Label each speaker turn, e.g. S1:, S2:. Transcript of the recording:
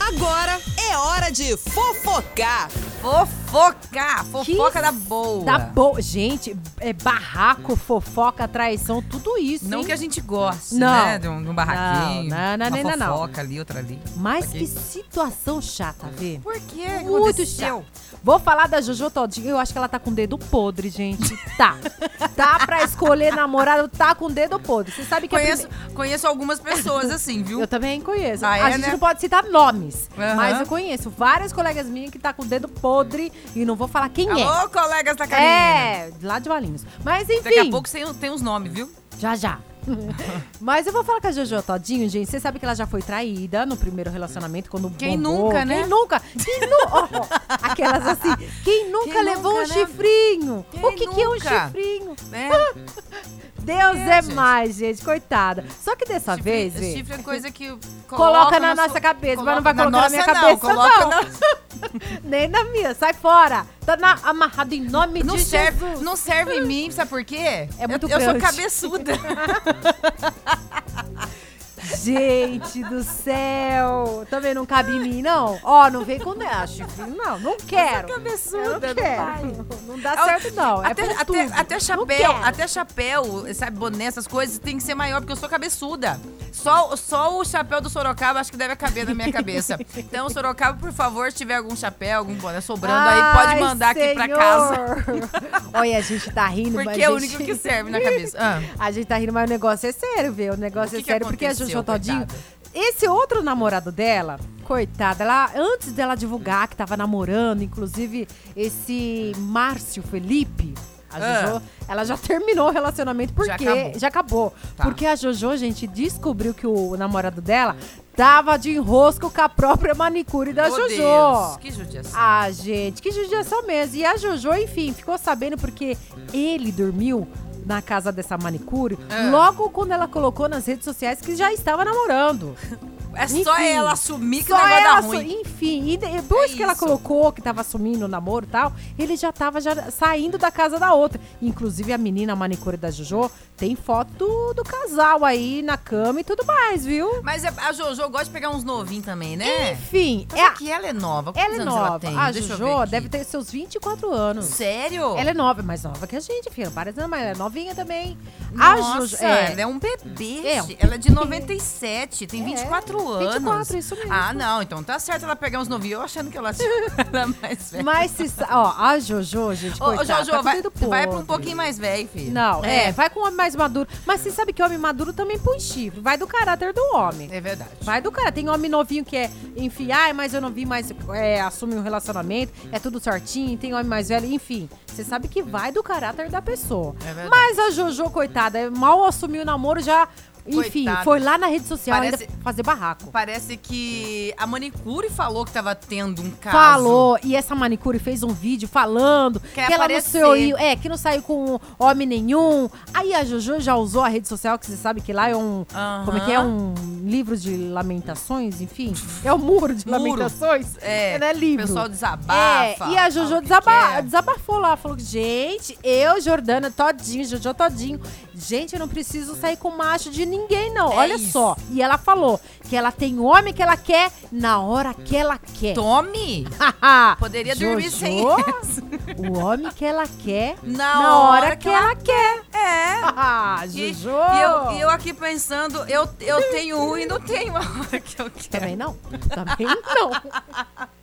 S1: Agora é hora de fofocar.
S2: Fofoca! Fofoca
S3: Que
S2: da boa.
S3: Tá bom. Gente, é barraco, fofoca, traição, tudo isso.
S2: Não
S3: hein?
S2: que a gente goste,
S3: Não.
S2: né? De um, de um barraquinho.
S3: Não, não, não,
S2: uma
S3: não, não.
S2: fofoca ali, outra ali.
S3: Mas
S2: Ok.
S3: que situação chata, vê.
S2: Por quê?
S3: Muito chato. Vou falar da Jojo Todinho. Eu acho que ela tá com o dedo podre, gente. Tá. tá pra escolher namorado, tá com o dedo podre. Você sabe que é
S2: Conheço, conheço algumas pessoas assim, viu?
S3: Eu também conheço.
S2: Ah, é,
S3: a gente
S2: né?
S3: não pode citar nomes,
S2: Aham.
S3: mas eu conheço várias colegas minhas que tá com o dedo podre e não vou falar quem
S2: Alô, colegas da
S3: é.
S2: Karina.
S3: É, lá de Valinhos. Mas enfim.
S2: Daqui a pouco tem, tem uns nomes, viu?
S3: Já, já. Mas eu vou falar com a Jojo Todinho, gente. Você sabe que ela já foi traída no primeiro relacionamento, quando
S2: Quem
S3: bombou.
S2: nunca, né?
S3: Quem nunca? Quem nu- Ó, aquelas assim. Quem nunca
S2: Quem
S3: levou
S2: nunca,
S3: um
S2: né?
S3: chifrinho?
S2: Quem
S3: o que, que é um
S2: nunca?
S3: chifrinho?
S2: Né?
S3: Deus
S2: É,
S3: é,
S2: gente.
S3: mais, gente. Coitada. Só que dessa
S2: Chifre-
S3: vez, Vê,
S2: Chifre é coisa que coloca,
S3: tá Coloca na nossa
S2: sua-
S3: cabeça, mas não
S2: coloca-
S3: vai colocar na
S2: nossa,
S3: minha
S2: não,
S3: cabeça,
S2: coloca
S3: não.
S2: na-
S3: nem na minha. Sai fora. Tá na- amarrado em nome
S2: Não
S3: de
S2: serve,
S3: Jesus.
S2: não serve em mim, sabe por quê?
S3: É muito
S2: eu, eu sou
S3: grande.
S2: cabeçuda.
S3: Gente do céu. Também não cabe em mim, não. Ó, não vem com nada, chifrinho. Não, não quero. Eu
S2: cabeçuda,
S3: não
S2: não vai.
S3: quero. Não dá certo, não. É
S2: até,
S3: por
S2: até,
S3: tudo.
S2: até chapéu,
S3: quero.
S2: até chapéu, sabe, boné, essas coisas, tem que ser maior, porque eu sou cabeçuda. Só, só o chapéu do Sorocaba acho que deve caber na minha cabeça. Então, Sorocaba, por favor, se tiver algum chapéu, algum boné sobrando aí, pode
S3: Ai,
S2: mandar aqui pra
S3: senhor.
S2: casa.
S3: Olha, a gente tá rindo, mas.
S2: Porque
S3: a
S2: é o
S3: gente-
S2: único que serve na cabeça. Ah,
S3: A gente tá rindo, mas o negócio é sério, viu? O negócio é
S2: O que que
S3: sério, porque a
S2: aconteceu,
S3: Jojo Todinho.
S2: coitada?
S3: Esse outro namorado dela, coitada, ela, antes dela divulgar que tava namorando, inclusive esse Márcio Felipe. A
S2: Ah.
S3: Jojo, ela já terminou o relacionamento
S2: Já
S3: porque já
S2: acabou.
S3: acabou.
S2: Tá.
S3: Porque a Jojo, gente, descobriu que o namorado dela tava de enrosco com a própria manicure da
S2: oh,
S3: Jojo.
S2: Deus, que judiação.
S3: Ah, gente, que judiação mesmo. E a Jojo, enfim, ficou sabendo porque ele dormiu na casa dessa manicure
S2: Ah.
S3: logo quando ela colocou nas redes sociais que já estava namorando.
S2: é só
S3: enfim,
S2: ela assumir que o
S3: Só
S2: negócio dá
S3: ela,
S2: ruim.
S3: assu- enfim, e depois
S2: É
S3: que ela
S2: isso.
S3: colocou que estava assumindo o namoro e tal, ele já estava já saindo da casa da outra. Inclusive a menina a manicure da Jojo tem foto do, do casal aí na cama e tudo mais, viu?
S2: Mas é, a a Jojo gosta de pegar uns novinhos também, né?
S3: Enfim,
S2: Mas
S3: é,
S2: é
S3: a-
S2: que ela é nova. Quantos
S3: ela é
S2: anos Ela
S3: nova.
S2: tem?
S3: A
S2: Deixa eu ver
S3: Jojo
S2: aqui.
S3: deve ter seus 24 anos.
S2: Sério?
S3: Ela é nova, mais nova que a gente, filha. Parece não, mas ela é novinha também.
S2: Nossa,
S3: a Jojo.
S2: ela é um bebê.
S3: É, um
S2: gente. Ela é de 97, tem
S3: É,
S2: 24 anos.
S3: 24, isso mesmo.
S2: Ah, não, então tá certo ela pegar uns novinhos. Eu achando que ela tinha- era mais velha.
S3: Mas se. sa- Ó, a Jojo, gente.
S2: né? Ô, ô,
S3: coitada,
S2: Jojo,
S3: tá com
S2: vai,
S3: dedo
S2: vai pra um
S3: podre.
S2: pouquinho mais velho, filho.
S3: Não, é. vai com um homem mais maduro. Mas você sabe que homem maduro também põe chifre. Vai do caráter do homem.
S2: É verdade.
S3: Vai do cara. Tem homem novinho que é, enfim, ai, mas eu não vi mais, é, assume um relacionamento, é tudo certinho, tem homem mais velho, enfim. Você sabe que vai do caráter da pessoa.
S2: É verdade.
S3: mas a Jojo, coitada, é, mal assumiu o namoro, já, enfim,
S2: Coitada.
S3: foi lá na rede social
S2: Parece-
S3: ainda fazer barraco.
S2: Parece que a manicure falou que tava tendo um caso.
S3: Falou, e essa manicure fez um vídeo falando
S2: Quer
S3: que ela não,
S2: aparecer.
S3: saiu, é, que não saiu com homem nenhum. Aí a Jojo já usou a rede social, que você sabe que lá é um.
S2: Aham.
S3: Como é que é? Um livro de lamentações, enfim. É o muro de
S2: Muro.
S3: lamentações.
S2: É,
S3: Não é
S2: O
S3: livro.
S2: pessoal desabafa.
S3: É, e a
S2: fala
S3: Jojo
S2: o que
S3: desaba-
S2: quer.
S3: desabafou lá, falou que, gente, eu, Jordana, todinho, Jojo todinho, gente, eu não preciso sair com macho de ninguém, não.
S2: É
S3: Olha
S2: isso.
S3: só. E ela falou que ela tem homem que ela quer na hora que ela quer.
S2: Tome! Poderia dormir
S3: Jojo,
S2: sem
S3: O homem que ela quer
S2: Na,
S3: na, hora, que, ela, quer.
S2: É.
S3: Ah,
S2: E,
S3: Jojo.
S2: e eu, e eu aqui pensando, eu, eu tenho um e não tenho a hora que eu quero.
S3: Também não. Também não.